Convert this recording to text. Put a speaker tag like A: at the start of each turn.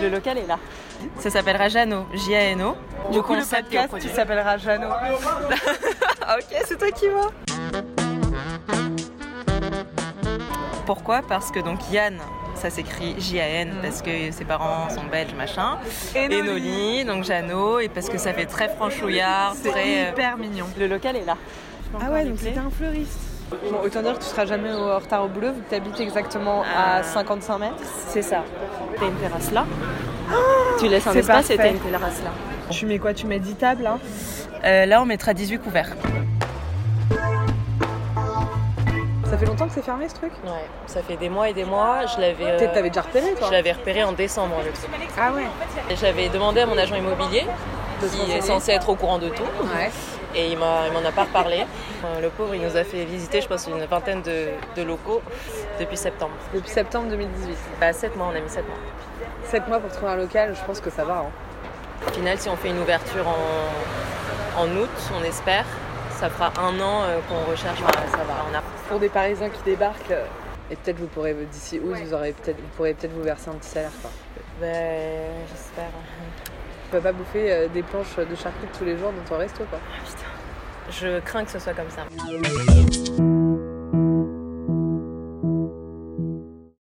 A: Le local est là.
B: Ça s'appellera Jeannot, J-A-N-O.
A: Du coup, le podcast, tu s'appelleras Jeannot.
B: ok, c'est toi qui vois. Pourquoi Parce que donc Yann, ça s'écrit J-A-N
A: Mm.
B: parce que ses parents sont belges, machin.
A: Et
B: Et
A: Noli.
B: Noli, donc Jeannot, et parce que ça fait très franchouillard, très. euh,
A: Hyper mignon. Le local est là. Ah ouais, donc c'était un fleuriste. Bon, autant dire que tu seras jamais au- en retard au boulot vu que tu habites exactement à
B: Ah.
A: 55 mètres.
B: C'est ça. T'as une terrasse là. tu laisses un
A: c'est
B: espace et t'as
A: parfait.
B: une terrasse là.
A: Tu mets quoi Tu mets 10 tables hein
B: Euh, là, on mettra 18 couverts.
A: Ça fait longtemps que c'est fermé ce truc
B: Euh,
C: Ouais, ça fait des mois et des mois. Je l'avais, euh,
A: Peut-être t'avais déjà repéré toi
C: je l'avais repéré en décembre. le truc.
A: Ah ouais
C: Et J'avais demandé à mon agent immobilier,
A: De se
C: qui
A: renseigner.
C: est censé être au courant de tout,
A: Ouais.
C: et il, m'a, il m'en a pas reparlé. Euh, Le pauvre, il nous a fait visiter, je pense, une vingtaine de, de locaux depuis septembre.
A: Depuis septembre 2018.
C: Bah, 7 mois, on a mis 7 mois.
A: 7 mois pour trouver un local, je pense que ça va. hein.
C: Au final, si on fait une ouverture en, en août, on espère, ça fera un an euh, qu'on recherche. Enfin, ça va, on a
A: Pour des Parisiens qui débarquent, euh, et peut-être vous pourrez, d'ici août, vous, aurez peut-être, vous pourrez peut-être vous verser un petit salaire. Quoi.
C: Ben, j'espère.
A: Tu peux pas bouffer euh, des planches de charcuterie tous les jours dans ton resto. Quoi.
C: Je crains que ce soit comme ça.